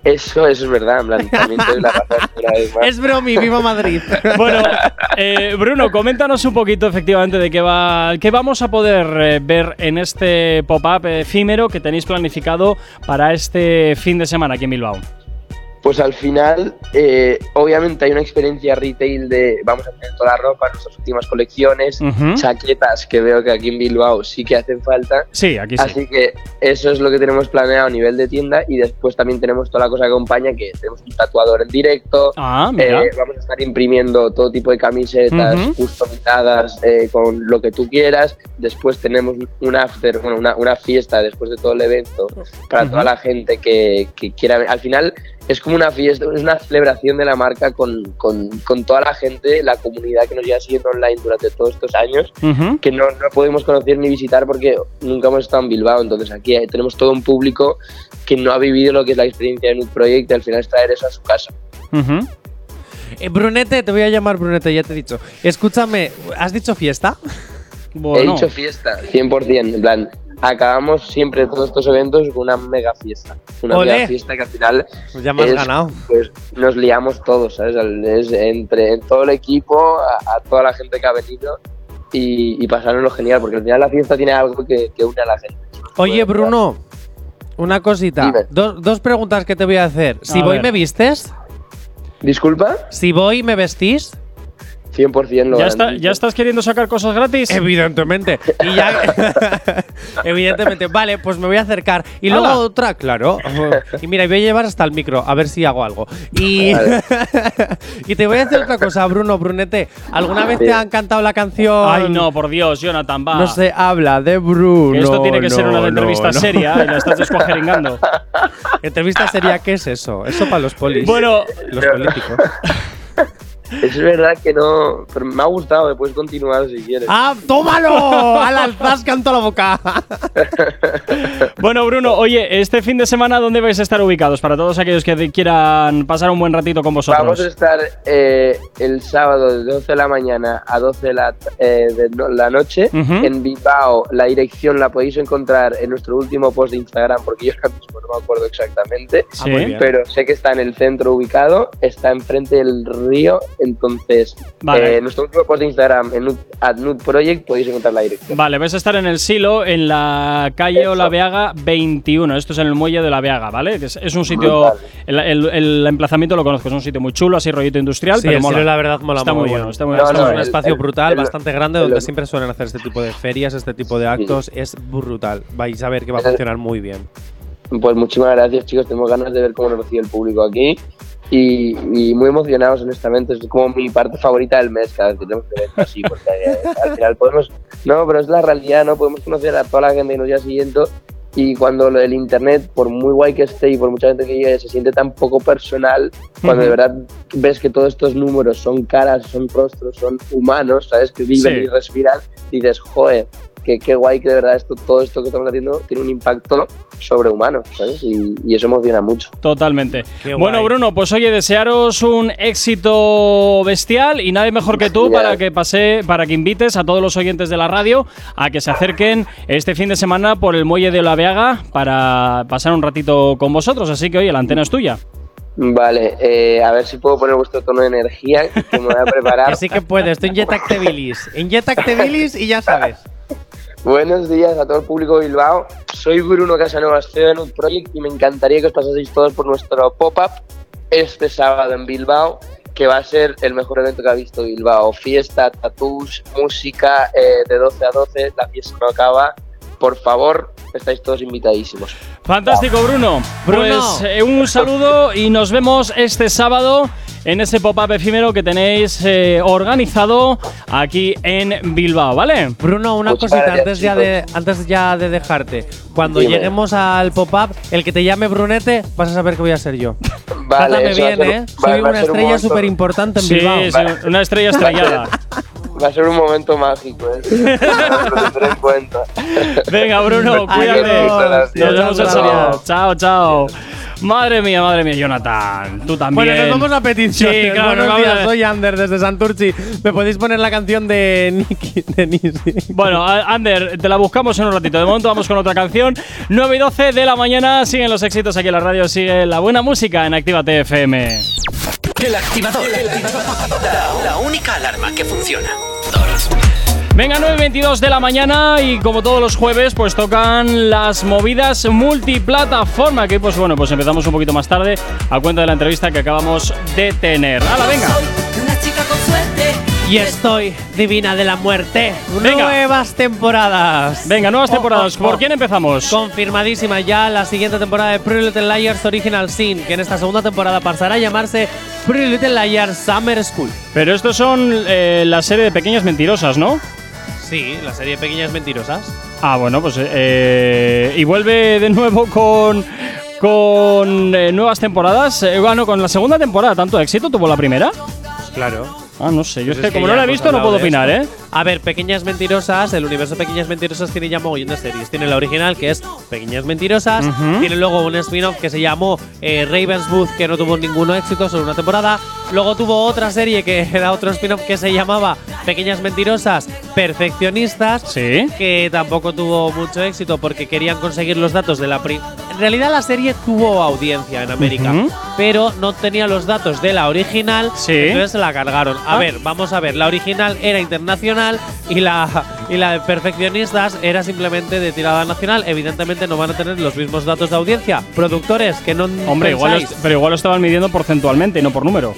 Eso, eso es verdad, en plan, también te doy la razón una vez más.
Es bromi, viva Madrid.
Bueno, eh, Bruno, coméntanos un poquito efectivamente de qué va, qué vamos a poder eh, ver en este pop-up efímero que tenéis planificado para este fin de semana aquí en Bilbao.
Pues al final, eh, obviamente hay una experiencia retail de vamos a tener toda la ropa, nuestras últimas colecciones,
Ujú.
chaquetas que veo que aquí en Bilbao sí que hacen falta.
Sí, aquí sí.
Así que eso es lo que tenemos planeado a nivel de tienda y después también tenemos toda la cosa que acompaña, que tenemos un tatuador en directo,
Ah, mira.
Eh, vamos a estar imprimiendo todo tipo de camisetas
Ujú.
customizadas eh, con lo que tú quieras. Después tenemos un after, bueno, una, una fiesta después de todo el evento para
Ujú.
toda la gente que, que quiera ver. Al final es como una fiesta, es una celebración de la marca con, con- con toda la gente, la comunidad que nos lleva siguiendo online durante todos estos años,
Ujú.
que no, no podemos conocer ni visitar porque nunca hemos estado en Bilbao. Entonces aquí eh, tenemos todo un público que no ha vivido lo que es la experiencia de Nude Project y al final es traer eso a su casa.
Ujú.
Eh, Brunete, te voy a llamar Brunete, ya te he dicho. Escúchame, ¿has dicho fiesta?
Bueno.
He dicho fiesta, 100%. En plan, acabamos siempre todos estos eventos con una mega fiesta. Una
Olé.
mega fiesta que al final
Pues ya me has
es-
ganado.
pues nos liamos todos, ¿sabes? Al- Es entre en todo el equipo, a, a toda la gente que ha venido y, y pasárnoslo genial, porque al final la fiesta tiene algo que, que une a la gente.
Oye,
Pues,
Bruno, una cosita.
Dime.
Dos, dos preguntas que te voy a hacer. Si
A
voy,
ver.
¿me vistes?
Disculpa,
Si voy, ¿me vestís?
100% lo
¿Ya, está-
garantizo.
¿Ya estás queriendo sacar cosas gratis?
Eh, Evidentemente. Y ya. Evidentemente. Vale, pues me voy a acercar. Y luego
Hala.
otra, claro. Y mira, voy a llevar hasta el micro, a ver si hago algo. Y, y te voy a hacer otra cosa, Bruno, Brunete. ¿Alguna vez te han cantado la canción?
Ay, no, por Dios, Jonathan, va.
No se habla de Bruno.
Que esto tiene que ser
no,
una
no,
entrevista
no.
seria ¿eh? y la estás descuajeringando.
Entrevista seria, ¿qué es eso? Eso para los polis.
bueno,
Los políticos.
Es verdad que no, pero me ha gustado, me puedes continuar si quieres.
¡Ah, tómalo! ¡Al alzas canto a la boca!
bueno, Bruno, oye, este fin de semana, ¿dónde vais a estar ubicados? Para todos aquellos que de- quieran pasar un buen ratito con
Vamos a
vosotros.
estar eh, el sábado de 12 de la mañana a 12 de la, eh, de no- la noche
Ujú.
en Bilbao. La dirección la podéis encontrar en nuestro último post de Instagram porque yo ahora mismo no me acuerdo exactamente.
Sí.
Ah, muy bien.
Pero sé que está en el centro ubicado, está enfrente del río, entonces
Vale.
eh, en nuestro último post de Instagram, en Nude- at Nude Project, podéis encontrar la dirección.
Vale, vais a estar en el silo, en la calle
Eso.
Olaveaga 21. Esto es en el muelle de Olaveaga, ¿vale? Que es, es un sitio.
Vale.
El, el- el emplazamiento lo conozco, es un sitio muy chulo, así rollito industrial,
Sí,
pero
el
mola.
Silo, la verdad mola
Está muy
mogollón.
bueno, está muy
No,
está muy
no,
es
bueno.
un
el-
espacio
el-
brutal,
el-
bastante grande, donde
el- Mm.
siempre suelen hacer este tipo de ferias, este tipo de actos. Es brutal. Vais a ver que va a
El-
funcionar muy bien.
Pues muchísimas gracias, chicos. Tenemos ganas de ver cómo nos recibe el público aquí. Y, y muy emocionados, honestamente. Es como mi parte favorita del mes, cada vez que tenemos que ver así, porque eh, al final podemos. No, pero es la realidad, ¿no? Podemos conocer a toda la gente que nos lleva siguiendo. Y cuando lo del internet, por muy guay que esté y por mucha gente que llegue, se siente tan poco personal, cuando de
Ujú.
verdad ves que todos estos números son caras, son rostros, son humanos, ¿sabes? Que viven
Sí.
y respiran, dices, joder, que qué guay que de verdad esto, todo esto que estamos haciendo tiene un impacto sobrehumano, ¿sabes? Y, y eso emociona mucho.
Totalmente.
Qué
Bueno,
guay.
Bruno, pues oye, desearos un éxito bestial y nadie mejor que tú
Genial.
para que pase, para que invites a todos los oyentes de la radio a que se acerquen este fin de semana por el muelle de Olaveaga para pasar un ratito con vosotros. Así que oye, la antena es tuya.
Vale, eh, a ver si puedo poner vuestro tono de energía, que me voy a preparar.
Así que puedes, tú inyectacte bilis. Inyectacte bilis y ya sabes.
Buenos días a todo el público de Bilbao. Soy Bruno Casanova, estoy en un project y me encantaría que os pasaseis todos por nuestro pop-up este sábado en Bilbao, que va a ser el mejor evento que ha visto Bilbao. Fiesta, tatús, música eh, de 12 a 12, la fiesta no acaba. Por favor, estáis todos invitadísimos.
Fantástico, Bruno.
Bruno.
Pues eh, un saludo y nos vemos este sábado en ese pop-up efímero que tenéis eh, organizado aquí en Bilbao, ¿vale?
Bruno, una
Muchas
cosita
gracias,
antes ya, de, Eh, antes ya de dejarte. Cuando
Dime.
lleguemos al pop-up, el que te llame Brunete, vas a saber que voy a ser yo. Trátame
eso va a
bien,
ser-
¿eh?
va-
Soy
va a
una
ser un
estrella
momento-
súper importante en
Sí,
Bilbao.
sí,
Vale.
una estrella estrellada.
Va a ser un momento mágico, ¿eh? Lo tendré en cuenta.
Venga, Bruno,
Adiós.
cuídate. Nos
Gracias.
vemos el
Chao,
sábado. Chao, chao. Madre mía, madre mía, Jonathan. Tú también.
Bueno, nos vamos a peticiones.
Sí, claro,
Buenos
nos vamos
días,
a-
soy Ander desde Santurci. ¿Me podéis poner la canción de Nicky de Nisi?
Bueno, a- Ander, te la buscamos en un ratito. De momento vamos con otra canción. 9 y 12 de la mañana. Siguen los éxitos aquí en la radio. Sigue la buena música en Activa TFM.
El activador. La, la única alarma que funciona.
Venga, 9.22 de la mañana y como todos los jueves, pues tocan las movidas multiplataforma. Que pues bueno, pues empezamos un poquito más tarde a cuenta de la entrevista que acabamos de tener. ¡Hala, venga!
una chica con suerte.
Y estoy divina de la muerte.
Venga.
Nuevas temporadas.
Venga, nuevas
Oh,
temporadas.
oh,
¿Por
oh.
quién empezamos?
Confirmadísima ya la siguiente temporada de Pretty Little Liars Original Sin, que en esta segunda temporada pasará a llamarse Pretty Little Liars Summer School.
Pero estos son eh, la serie de pequeñas mentirosas, ¿no?
Sí, la serie de Pequeñas Mentirosas.
Ah, bueno, pues. eh, y vuelve de nuevo con, con eh, nuevas temporadas. Eh, bueno, con la segunda temporada, ¿tanto éxito tuvo la primera?
Claro.
Ah, no sé. Yo
Pues
es que
es que
como no
ya
la he
hemos
visto, no
hablado
puedo
de
opinar, ¿eh?
A ver, Pequeñas Mentirosas, el universo Pequeñas Mentirosas tiene ya mogollón de series. Tiene la original, que es Pequeñas Mentirosas.
Ujú.
Tiene luego un spin-off que se llamó eh, Ravenswood, que no tuvo ningún éxito, solo una temporada. Luego tuvo otra serie que era otro spin-off que se llamaba Pequeñas Mentirosas Perfeccionistas.
¿eh? Sí.
Que tampoco tuvo mucho éxito porque querían conseguir los datos de la pri- En realidad la serie tuvo audiencia en América,
Ujú.
pero no tenía los datos de la original.
Sí.
Entonces se la cargaron. A
Ah.
ver, vamos a ver. La original era internacional y la, y la de perfeccionistas era simplemente de tirada nacional. Evidentemente no van a tener los mismos datos de audiencia. Productores que no.
Hombre, igual lo,
pensáis-
est- pero igual lo estaban midiendo porcentualmente, no por número.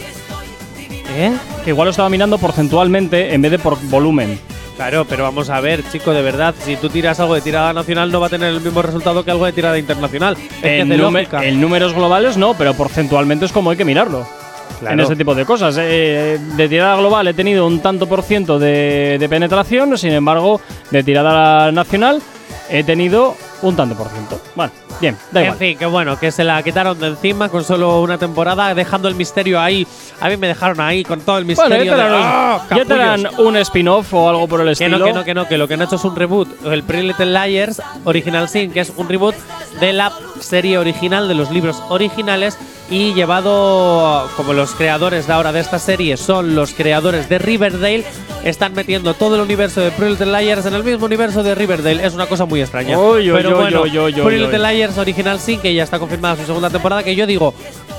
¿Eh?
Que igual lo estaban mirando porcentualmente en vez de por volumen.
Claro, pero vamos a ver, chico, de verdad, si tú tiras algo de tirada nacional no va a tener el mismo resultado que algo de tirada internacional. Es que
En,
hace
nume-
lógica.
en números globales no, pero porcentualmente es como hay que mirarlo.
Claro.
En ese tipo de cosas. Eh, de tirada global he tenido un tanto por ciento de, de penetración, sin embargo, de tirada nacional he tenido un tanto por ciento. Bueno, bien, da
En
igual.
fin, que bueno, que se la quitaron de encima con solo una temporada, dejando el misterio ahí. A mí me dejaron ahí con todo el misterio.
Bueno, ya te
de-
harán, un-
¡Ah,
ya te
capullos!
harán un spin-off o algo por el
Que
estilo.
no, que no, que no, que lo que han hecho es un reboot. El Pretty Little Liars Original Sin, que es un reboot de la serie original, de los libros originales. Y llevado, como los creadores de ahora de esta serie son los creadores de Riverdale, están metiendo todo el universo de Pretty Little Liars en el mismo universo de Riverdale. Es una cosa muy extraña.
Oy, oy,
Pero
oy,
bueno,
oy, oy, oy,
Pretty
oy.
Little Liars Original Sin, que ya está confirmada su segunda temporada, que yo digo,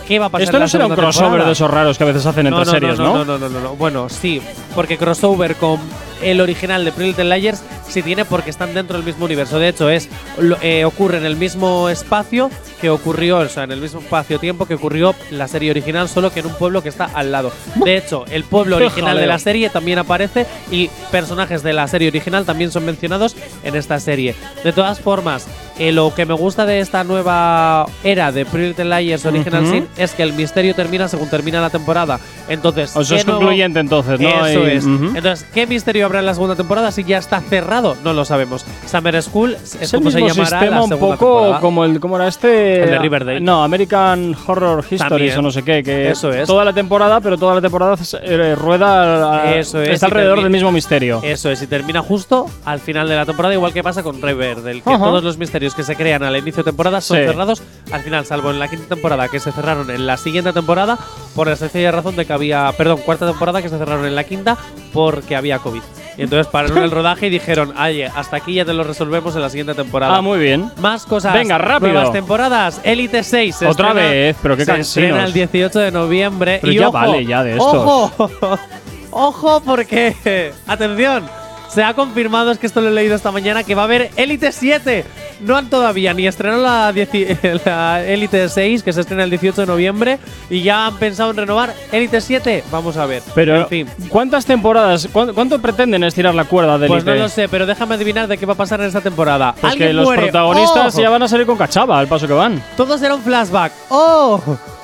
¿qué va a pasar
Esto
en la
no será un
segunda
crossover
temporada?
de esos raros que a veces hacen entre series, ¿no?
no, no, no, no, no. Bueno, sí, porque crossover con el original de Pretty Little Liars sí tiene porque están dentro del mismo universo. De hecho, es lo- eh, ocurre en el mismo espacio que ocurrió, o sea, en el mismo espacio-tiempo que ocurrió la serie original, solo que en un pueblo que está al lado. De hecho, el pueblo
Qué
original de
jaleo.
la serie también aparece y personajes de la serie original también son mencionados en esta serie. De todas formas, eh, lo que me gusta de esta nueva era de Pretty Little Liars Original
Ujú.
Sin es que el misterio termina según termina la temporada. Entonces,
O sea,
¿qué
es
nuevo-
concluyente entonces, ¿no?
Eso
Hay-
es.
Ujú.
Entonces, ¿qué misterio habrá en la segunda temporada si ya está cerrado? No lo sabemos. Summer School es,
Es el
como se
mismo
llamará
sistema
la
un
segunda
poco
temporada.
como el como era este
El de Riverdale.
No, American Horror Histories
También.
o no sé qué, que
Eso es.
toda la temporada, pero toda la temporada se- eh, rueda a-
Eso es,
está
y
alrededor
termi-
del mismo misterio.
Eso es, y termina justo al final de la temporada, igual que pasa con Riverdale, que
Ajá.
todos los misterios que se crean al inicio de temporada son
Sí.
cerrados al final, salvo en la quinta temporada que se cerraron en la siguiente temporada por la sencilla razón de que había, perdón, cuarta temporada que se cerraron en la quinta porque había COVID. Y entonces pararon el rodaje y dijeron, oye, hasta aquí ya te lo resolvemos en la siguiente temporada.
Ah, muy bien.
Más cosas.
Venga, rápido.
Nuevas temporadas. Elite 6. se
Otra
estrena-
vez, pero qué
se estrena
cansinos.
el 18 de noviembre.
Pero
y
ya
ojo,
vale ya de estos.
Ojo, ojo porque, atención, se ha confirmado, es que esto lo he leído esta mañana, que va a haber Elite 7. No han todavía ni estrenado la, 10 la Elite 6, que se estrena el 18 de noviembre, y ya han pensado en renovar Elite 7. Vamos a ver.
Pero
en fin.
¿cuántas temporadas, cuán- cuánto pretenden estirar la cuerda del
Pues no
IT?
lo sé, pero déjame adivinar de qué va a pasar en esta temporada.
Pues que
Alguien
los
muere.
protagonistas
¡Ojo!
ya van a salir con cachava al paso que van.
Todo será un flashback. ¡Oh!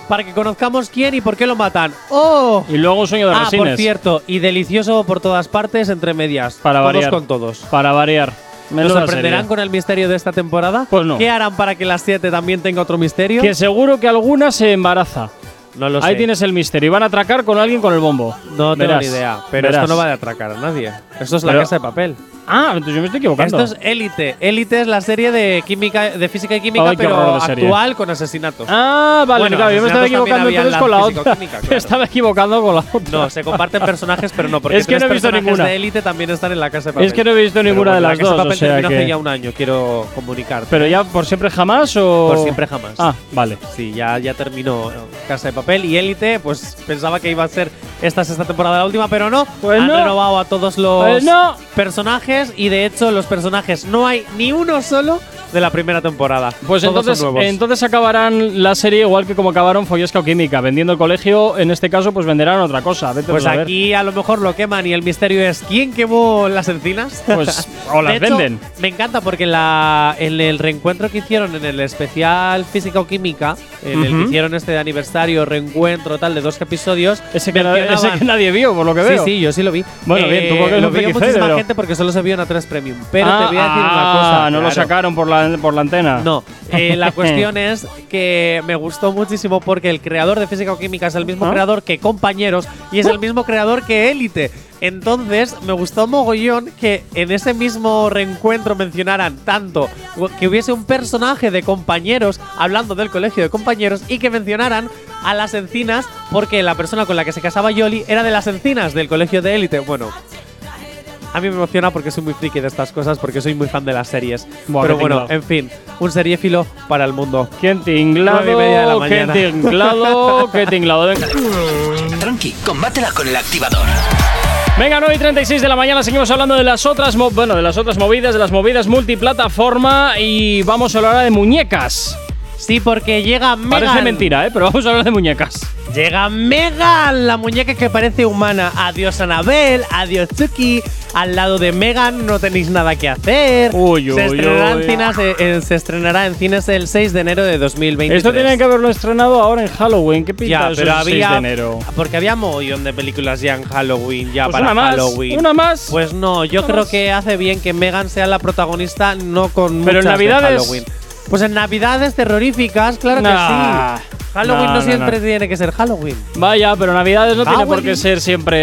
Para que conozcamos quién y por qué lo matan. ¡Oh!
Y luego un sueño de
Ah,
resines.
por cierto, y delicioso por todas partes, entre medias.
Para
todos
variar.
con todos.
Para variar.
¿Nos
Menuda
sorprenderán
serie.
con el misterio de esta temporada?
Pues no.
¿Qué harán para que las 7 también tenga otro misterio?
Que seguro que alguna se embaraza.
No lo sé.
Ahí tienes el misterio. Y van a atracar con alguien con el bombo.
no tengo
Verás,
ni idea. Pero
verás.
esto no va de atracar a nadie. Esto es la
Pero-
casa de papel.
Ah, entonces yo me estoy equivocando.
Esto es Élite. Élite es la serie de química, de física y química,
Ay, qué
pero
horror de serie.
actual con asesinatos.
Ah, vale,
Bueno,
claro, yo me estaba
asesinatos
equivocando
también había
entonces
en la
con la otra.
físico-química,
Me
claro.
estaba equivocando con la otra.
No, se comparten personajes, pero no, porque
Es que
tres
no he visto
personajes
ninguna.
de élite también están en la casa de papel.
Es que no he visto
Pero
ninguna
bueno,
de las
la casa
dos,
de papel
o sea
terminó hace
que-
ya un año, quiero comunicarte.
Pero ya por siempre jamás o.
Por siempre jamás.
Ah, vale.
Sí, ya, ya terminó eh, Casa de Papel y Élite, pues pensaba que iba a ser esta sexta temporada la última, pero no.
Pues
Han
no.
renovado a todos los
Pues no.
personajes y de hecho los personajes no hay ni uno solo de la primera temporada.
Pues
Todos
entonces,
son nuevos.
entonces acabarán la serie igual que como acabaron Follesca o Química, vendiendo el colegio, en este caso pues venderán otra cosa. Vete
Pues
tú a ver.
aquí a lo mejor lo queman y el misterio es ¿quién quemó las encinas?
Pues, o las
De hecho,
venden.
Me encanta porque la, en el reencuentro que hicieron en el especial Física o Química, en el que
Ujú.
hicieron este de aniversario, reencuentro tal de dos episodios,
Ese que, na- ese
mencionaban-
que nadie vio, por lo que
Sí,
veo.
sí, yo sí lo vi. Eh,
Bueno, bien, tú porque eres
lo
un
vio
friki
muchísima
cerebro.
gente porque solo se vio en A3 Premium. Pero
ah,
te voy a decir una
ah,
cosa.
no lo
claro.
sacaron por la la, por la antena.
No, eh, la cuestión es que me gustó muchísimo porque el creador de Física o Química es el mismo
¿Ah?
creador que Compañeros y es el mismo creador que Élite. Entonces, me gustó mogollón que en ese mismo reencuentro mencionaran tanto que hubiese un personaje de compañeros hablando del colegio de compañeros y que mencionaran a las encinas porque la persona con la que se casaba Yoli era de las encinas del colegio de élite. Bueno, a mí me emociona porque soy muy friki de estas cosas, porque soy muy fan de las series.
Buah,
Pero
qué
bueno,
tinglado.
en fin, un seriéfilo para el mundo.
¿Quién
Nueve y media de la
tinglado? ¿Quién
mañana.
tinglado? ¿Qué tinglado? Venga.
Tranqui, combátela con el activador.
Venga, 9 y 36 de la mañana, seguimos hablando de las otras, mo- bueno, de las otras movidas, de las movidas multiplataforma y vamos a hablar de muñecas.
Sí, porque llega Megan.
Parece mentira, ¿eh? Pero vamos a hablar de muñecas.
Llega Megan, la muñeca que parece humana. Adiós Anabel, adiós Chucky. Al lado de Megan no tenéis nada que hacer.
Uy, uy,
se, estrenará
uy.
En cines, eh, eh, se estrenará en cines el 6 de enero de 2023.
Esto tienen que haberlo estrenado ahora en Halloween. ¿Qué pinta
ya,
eso
pero
el 6
había
de enero?
porque había mogollón de películas ya en Halloween, ya
Pues
para
una más,
Halloween.
una más.
Pues no, yo
Una
creo
más.
que hace bien que Megan sea la protagonista, no con
Pero en
muchas de
Navidades-
Halloween. Pues en Navidades terroríficas, claro
Nah.
que sí. Halloween
Nah,
no,
no,
siempre
no.
tiene que ser Halloween.
Vaya, pero Navidades no tiene por qué
Halloween.
ser siempre.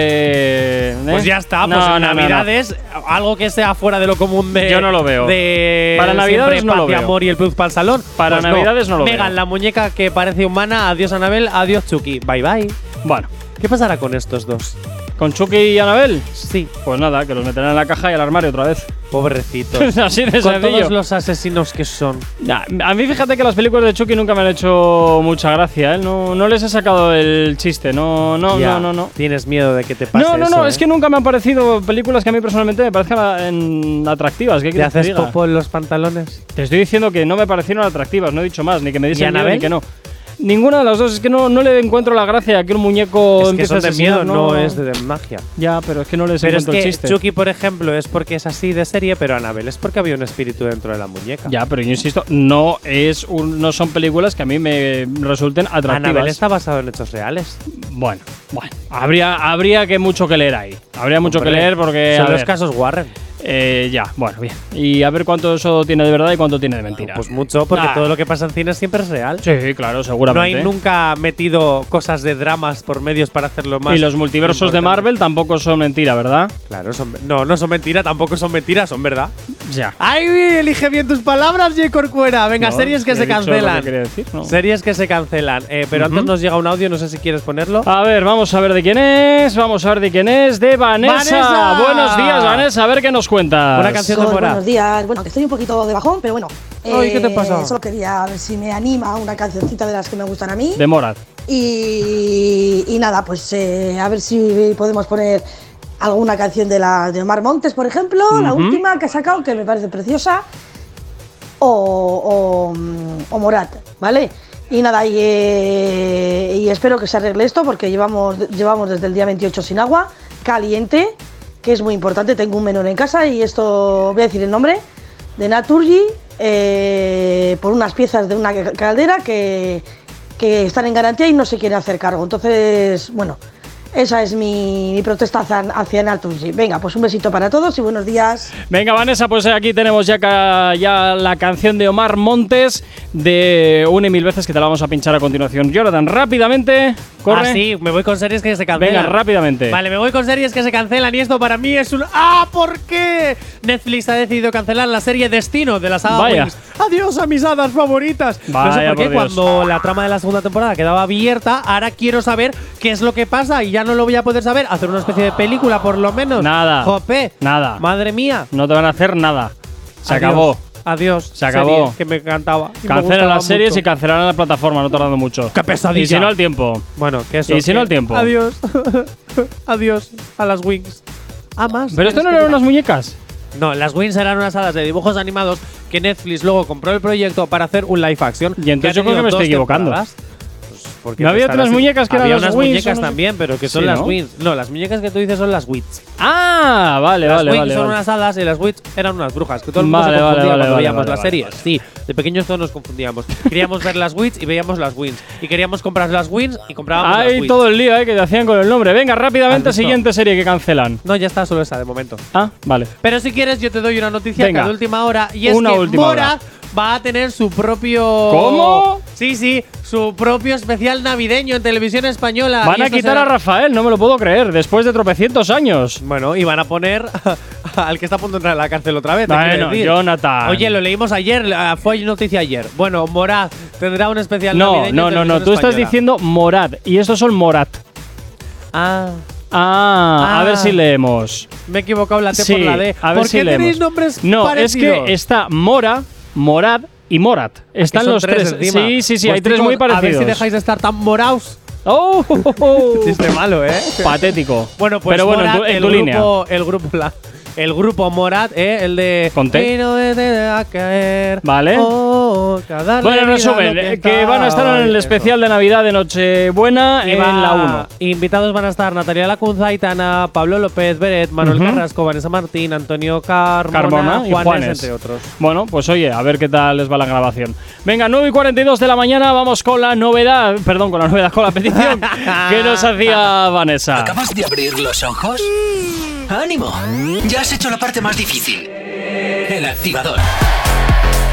¿eh?
Ah, Pues ya está,
No,
pues en
no, no, no.
Navidades, algo que sea fuera de lo común de.
Yo no lo veo.
De
Para
Eh, siempre
Navidades no
paz
lo
y
veo.
amor y el plus para el salón.
Para
Pues
Navidades no lo veo.
Megan, la muñeca que parece humana, adiós Anabel, adiós Chucky. Bye bye.
Bueno,
¿Qué pasará con estos dos?
con Chucky y Anabel.
Sí,
Pues nada, que los meterán en la caja y al armario otra vez.
pobrecitos.
Así de
Pues con
sencillo.
todos los asesinos que son.
Nah, a mí fíjate que las películas de Chucky nunca me han hecho mucha gracia, ¿eh? No, no les he sacado el chiste, no, no,
Ya,
no, no, no.
Tienes miedo de que te pase
No, no,
eso,
no,
¿eh?
es que nunca me han parecido películas que a mí personalmente me parezcan a- en- atractivas. ¿Qué
¿Te
quieres que
haces
diga?
popo en los pantalones?
Te estoy diciendo que no me parecieron atractivas, no he dicho más, ni que me
¿Y
dicen miedo,
Anabel?
ni que no. Ninguna de las dos, es que no, no le encuentro la gracia que un muñeco
es que
empiece
son
a
de
asesinar,
miedo, no, es de, de magia.
Ya, pero es que no les
Pero es
encuentro
que
el chiste.
Chucky, por ejemplo, es porque es así de serie, pero Anabel es porque había un espíritu dentro de la muñeca.
Ya, pero yo insisto, no es un- no son películas que a mí me resulten atractivas.
Anabel está basado en hechos reales.
Bueno, bueno. Habría, habría que mucho que leer ahí. Habría mucho
Hombre,
que leer porque.
Son
Eh, a
los
ver,
casos Warren.
eh, ya, bueno, bien. Y a ver cuánto eso tiene de verdad y cuánto tiene de mentira.
Pues mucho, porque
Nah.
todo lo que pasa en cine siempre es real.
Sí, claro,
No
seguramente. ¿eh?
hay nunca metido cosas de dramas por medios para hacerlo más.
y los multiversos de
importante.
Marvel tampoco son mentira, ¿verdad?
Claro, son, no, no son mentiras, tampoco son mentiras, son verdad.
Ya.
¡Ay, elige bien tus palabras, J. Corcuera! Venga,
No,
series
he
que se
dicho lo
cancelan.
que quería decir, ¿no?
Series que se cancelan. Eh, pero antes nos llega un audio, no sé si quieres ponerlo.
A ver, vamos a ver de quién es. Vamos a ver de quién es. De Vanessa.
¡Vanessa!
Buenos días, Vanessa. A ver qué nos cuentas.
Una canción
Sol,
temporada.
buenos días. Bueno, estoy un poquito de bajón, pero bueno. eh,
Ay, ¿qué te pasa?
Solo quería ver si me anima una cancioncita de las que me gustan a mí.
De Morad.
Y, y nada, pues eh, a ver si podemos poner alguna canción de la de Omar Montes, por ejemplo, la
Ujú.
última que ha sacado, que me parece preciosa, o, o, mm, o Morat, ¿vale? Y nada, y, eh, y espero que se arregle esto porque llevamos, llevamos desde el día 28 sin agua, caliente, que es muy importante. Tengo un menor en casa y esto, voy a decir el nombre, de Naturgy, eh, por unas piezas de una ca- caldera que, que están en garantía y no se quiere hacer cargo. Entonces, bueno, esa es mi, mi protesta hacia, hacia Naturgy. Venga, pues un besito para todos y buenos días.
Venga, Vanessa, pues aquí tenemos ya, ca- ya la canción de Omar Montes de Una y Mil Veces que te la vamos a pinchar a continuación. Jordan, rápidamente, corre.
Ah, sí, me voy con series que se cancelan.
Venga, rápidamente.
Vale, me voy con series que se cancelan y esto para mí es un ¡Ah! ¿Por qué? Netflix ha decidido cancelar la serie Destino de la saga
Vaya.
Wings. ¡Adiós a mis hadas favoritas! no sé
Vaya,
por qué
por Dios.
cuando la trama de la segunda temporada quedaba abierta, ahora quiero saber qué es lo que pasa y ya no lo voy a poder saber. Hacer una especie de película por lo menos.
Nada.
Jope.
Nada.
Madre mía.
No te van a hacer nada. Se
Adiós.
acabó.
Adiós.
Se acabó.
Series que me encantaba. y me
Cancelan
gustaba
las series
mucho.
y cancelarán la plataforma, no tardando mucho.
¡Qué pesadilla!
Y si no, al tiempo.
Bueno, que eso.
Y si no,
que-
al tiempo.
Adiós. Adiós a las Wings. A más.
Pero esto no eran unas muñecas.
No, las Wings eran unas hadas de dibujos animados que Netflix luego compró el proyecto para hacer un live action.
Y entonces
ha
yo creo
tenido
que me estoy
dos
equivocando.
temporadas. Pues, porque
¿No
te
había
estarás-
otras muñecas que eran
había
las
unas
Wings o
muñecas
no sé?
también, pero que son
Sí,
las
¿no?
Wings. No, las muñecas que tú dices son las Wits.
Ah, vale,
Las
vale,
Wings
vale.
son
vale.
unas hadas y las Witch eran unas brujas. Que todo el mundo
Vale,
se confundía
vale, vale,
cuando
vale,
veíamos
vale,
las
vale,
series. Sí, de pequeños todos nos confundíamos. Queríamos ver las Witch y veíamos las Wings. Y queríamos comprar las Wings y comprábamos las
Hay
Wits.
todo el lío eh, que te hacían con el nombre. Venga, rápidamente,
¿Has visto?
siguiente serie que cancelan.
No, ya está solo esa de momento.
Ah, vale.
Pero si quieres, yo te doy una noticia
Venga.
que de última hora y es
Una
que
última
Morat
va a tener su propio.
¿Cómo?
Sí, sí, su propio especial navideño en televisión española.
Van
Ah, Y
a
esto
quitar
será-
a Rafael, no me lo puedo creer, después de tropecientos años.
Bueno, y van a poner al que está a punto de entrar a la cárcel otra vez. te quiero
Bueno,
decir.
Jonathan.
Oye, lo leímos ayer, eh, fue noticia ayer. Bueno, Moraz tendrá un especial
No,
navideño.
no,
en
no, no,
televisión
tú estás
española.
diciendo Morad y estos son Morat.
Ah,
Ah, a
Ah.
ver si leemos.
me he equivocado la T
Sí,
por la D.
a ver
¿Por
si
qué tenéis
leemos.
nombres
No, es
parecidos?
que está Mora, Morad y Morat. Están
son
los tres.
encima.
Sí, sí, sí,
Pues,
hay tres
chicos,
muy parecidos.
A ver si dejáis de estar tan moraos.
¡Oh! oh, oh, oh.
Chiste malo, ¿eh?
Patético.
Bueno, pues
Pero bueno, en
Morat,
tu, en
el
tu
grupo,
línea.
El grupo, la- el grupo Morat, ¿eh? El de.
Con T.
Y no te deja caer.
Vale.
Oh, que a darle
Bueno, en
vida
resumen,
lo
eh, que van a estar en el
Eso.
especial de Navidad de Nochebuena
Y
en
va-
la 1.
Invitados van a estar Natalia Lacunza, Itana, Pablo López, Beret, Manuel
Ujú.
Carrasco, Vanessa Martín, Antonio Carmona,
Carmona y
Juanes,
Juanes.
entre otros.
Bueno, pues oye, a ver qué tal les va la grabación. Venga, 9 y 42 de la mañana, vamos con la novedad, perdón, con la novedad, con la petición que nos hacía Vanessa.
¿Acabas de abrir los ojos? ¡Ánimo! Ya has hecho la parte más difícil. El activador.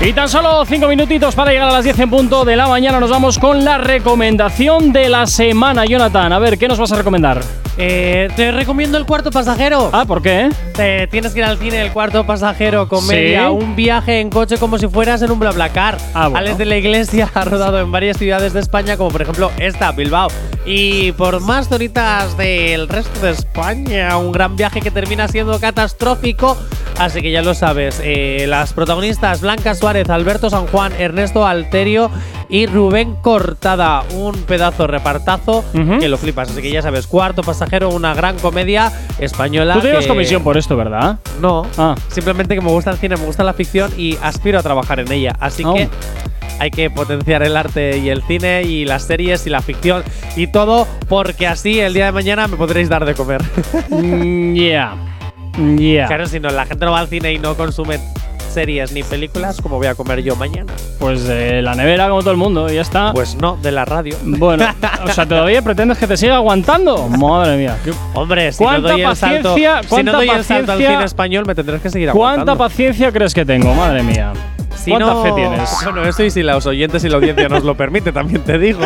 Y tan solo 5 minutitos para llegar a las 10 en punto de la mañana, nos vamos con la recomendación de la semana, Jonathan. A ver, ¿qué nos vas a recomendar?
Eh, te recomiendo el cuarto pasajero.
Ah, ¿por qué?
Te tienes que ir al cine el cuarto pasajero, comedia,
Ah, Sí.
un viaje en coche como si fueras en un BlaBlaCar.
Ah, bueno.
Alex de la Iglesia ha rodado en varias ciudades de España, como por ejemplo esta, Bilbao. Y por más zonitas del resto de España, un gran viaje que termina siendo catastrófico. Así que ya lo sabes, eh, las protagonistas Blanca Suárez, Alberto San Juan, Ernesto Alterio y Rubén Cortada. Un pedazo repartazo
Ujú.
que lo flipas. Así que ya sabes, cuarto pasajero, una gran comedia española.
Tú te llevas
que-
comisión por esto, ¿verdad?
no,
Ah.
simplemente que me gusta el cine, me gusta la ficción y aspiro a trabajar en ella. Así
Oh.
que hay que potenciar el arte y el cine y las series y la ficción y todo porque así el día de mañana me podréis dar de comer.
Mm, Ya. Mm, Ya.
claro, si no, la gente no va al cine y no consume series ni películas, como voy a comer yo mañana?
Pues de la nevera, como todo el mundo, ya está.
Pues no, de la radio.
Bueno, o sea, todavía pretendes que te siga aguantando. Madre mía. qué-
Hombre, si no
¿Cuánta
doy el salto,
paciencia-
si
cuánta
no doy el salto al
paciencia-
cine español, me tendrás que seguir
¿Cuánta
aguantando.
paciencia crees que tengo? Madre mía.
Si
¿Cuánta
no-
fe tienes?
Bueno, eso y si los oyentes y la audiencia nos lo permite, también te digo.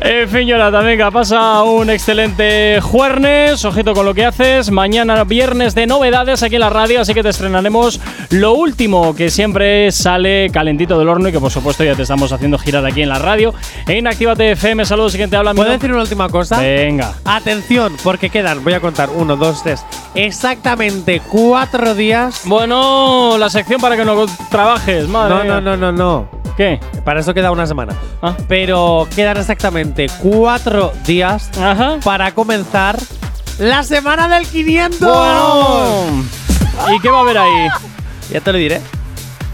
En fin, Jonathan, Eh, venga, pasa un excelente jueves. Ojito con lo que haces. Mañana viernes de novedades aquí en la radio, así que te estrenaremos lo último que siempre sale calentito del horno y que por supuesto ya te estamos haciendo girar aquí en la radio. En Actívate FM, saludos, siguiente habla. mi
¿Puedo
nom-
decir una última cosa?
Venga.
Atención, porque quedan, voy a contar, uno, dos, tres, exactamente cuatro días.
Bueno, la sección para que no trabajes, madre
No,
mía.
no, no, no, no.
¿Qué?
Para eso queda una semana.
Ah.
Pero quedan exactamente cuatro días
Ajá.
para comenzar la semana del 500.
Bueno. ¿Y qué va a haber ahí?
Ya te lo diré.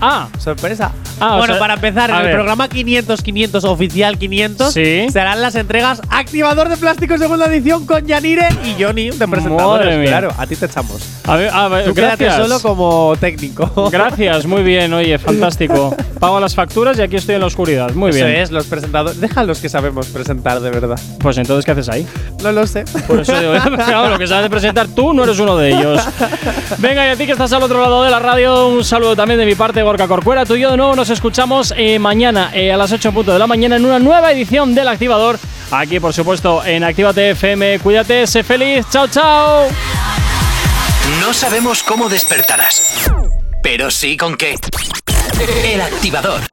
Ah,
Sorpresa.
Ah, o
bueno,
sea,
para empezar, en
a
el
ver.
programa 500, 500 oficial 500,
Sí.
se harán las entregas Activador de Plástico segunda edición con Yanire y Johnny de presentadores.
Madre mía.
Claro, a ti te echamos.
a ver, a ver
Tú quédate
gracias.
solo como técnico.
Gracias, muy bien, oye, fantástico. Pago las facturas y aquí estoy en la oscuridad. Muy
Eso
bien.
es, los presentadores. Déjalos que sabemos presentar de verdad.
Pues entonces, ¿qué haces ahí?
No lo sé.
Por eso digo, claro, lo que sabes de presentar tú no eres uno de ellos. Venga, y a ti que estás al otro lado de la radio, un saludo también de mi parte, Gorka Corcuera. Tú y yo de nuevo nos escuchamos eh, mañana eh, a las 8 en punto de la mañana en una nueva edición del Activador. Aquí, por supuesto, en Actívate FM. Cuídate, sé feliz. Chao, chao.
No sabemos cómo despertarás, pero sí con qué. El activador.